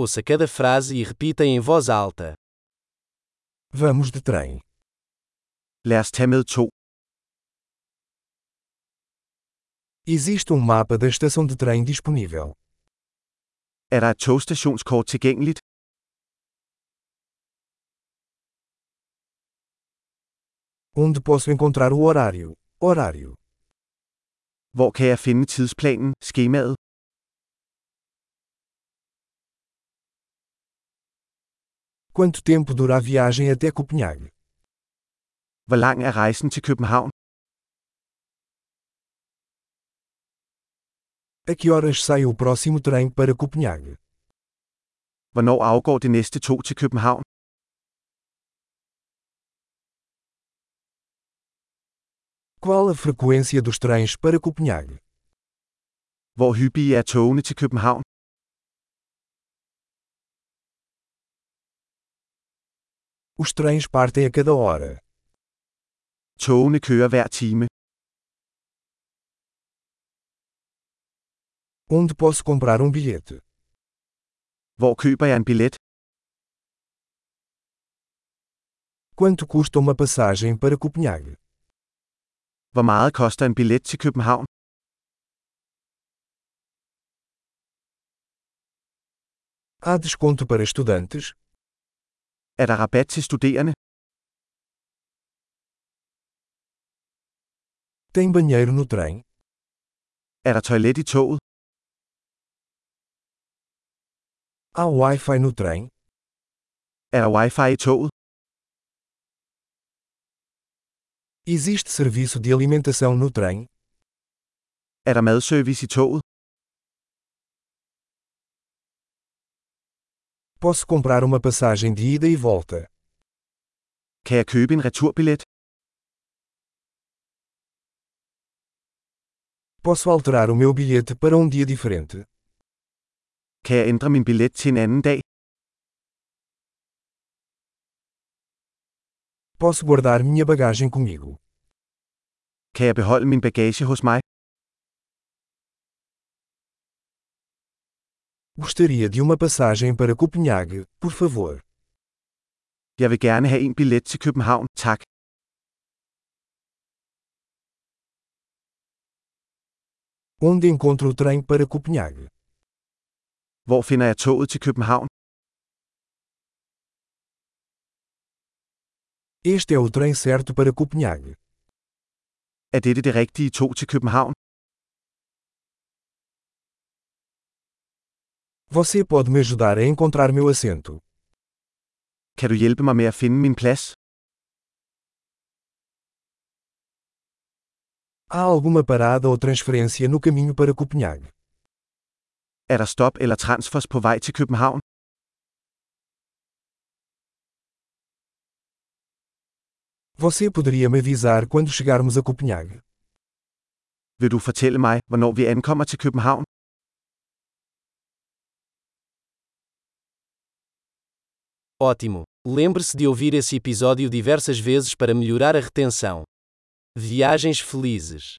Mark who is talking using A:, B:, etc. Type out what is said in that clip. A: Ouça cada frase e repita em voz alta.
B: Vamos de trem.
C: Lad os tage med to.
B: Existe um mapa da estação de trem disponível.
C: Er der et togstationskort tilgængeligt?
B: Onde posso encontrar o horário? Horário.
C: Hvor kan jeg finde tidsplanen, skemaet?
B: Quanto tempo dura a viagem até Copenhague?
C: Hvor lang er rejsen til København?
B: A que horas sai o próximo trem para Copenhague?
C: Hvornår afgår det næste tog til København?
B: Qual a frequência dos trens para Copenhague?
C: Hvor hyppige er togene til København?
B: Os trens partem a cada hora.
C: Togene kører hver time.
B: Onde posso comprar um bilhete?
C: Hvor køber jeg en billet?
B: Quanto custa uma passagem para Copenhague?
C: Hvor meget koster en billet til København?
B: Há desconto para estudantes?
C: Er der rabat til studerende?
B: Tem banheiro no trem?
C: Er der toilet i toget?
B: Há Wi-Fi no trem?
C: Er der wifi i toget?
B: Existe serviço de alimentação no trem?
C: Er der madservice i toget?
B: Posso comprar uma passagem de ida e volta?
C: Kan jeg købe en returbillet?
B: Posso alterar o meu bilhete para um dia diferente?
C: Kan jeg ændre min billet til en anden dag?
B: Posso guardar minha bagagem comigo?
C: Kan jeg beholde min bagage hos mig?
B: Gostaria de uma passagem para Copenhague, por favor.
C: Jeg vil gerne have en billet til København, tak.
B: Onde encontro o trem para Copenhague?
C: Hvor finder jeg toget til København?
B: Este é o trem certo para Copenhague.
C: Er dette det rigtige tog til København?
B: Você pode me ajudar a encontrar meu assento.
C: Kan du hjælpe mig med at finde min plads?
B: Há alguma parada ou transferência no caminho para Copenhague?
C: Er der stop eller transfers på vej til København?
B: Você poderia me avisar quando chegarmos a Copenhague?
C: Vil du fortælle mig, hvornår vi ankommer til København?
A: Ótimo! Lembre-se de ouvir esse episódio diversas vezes para melhorar a retenção. Viagens felizes!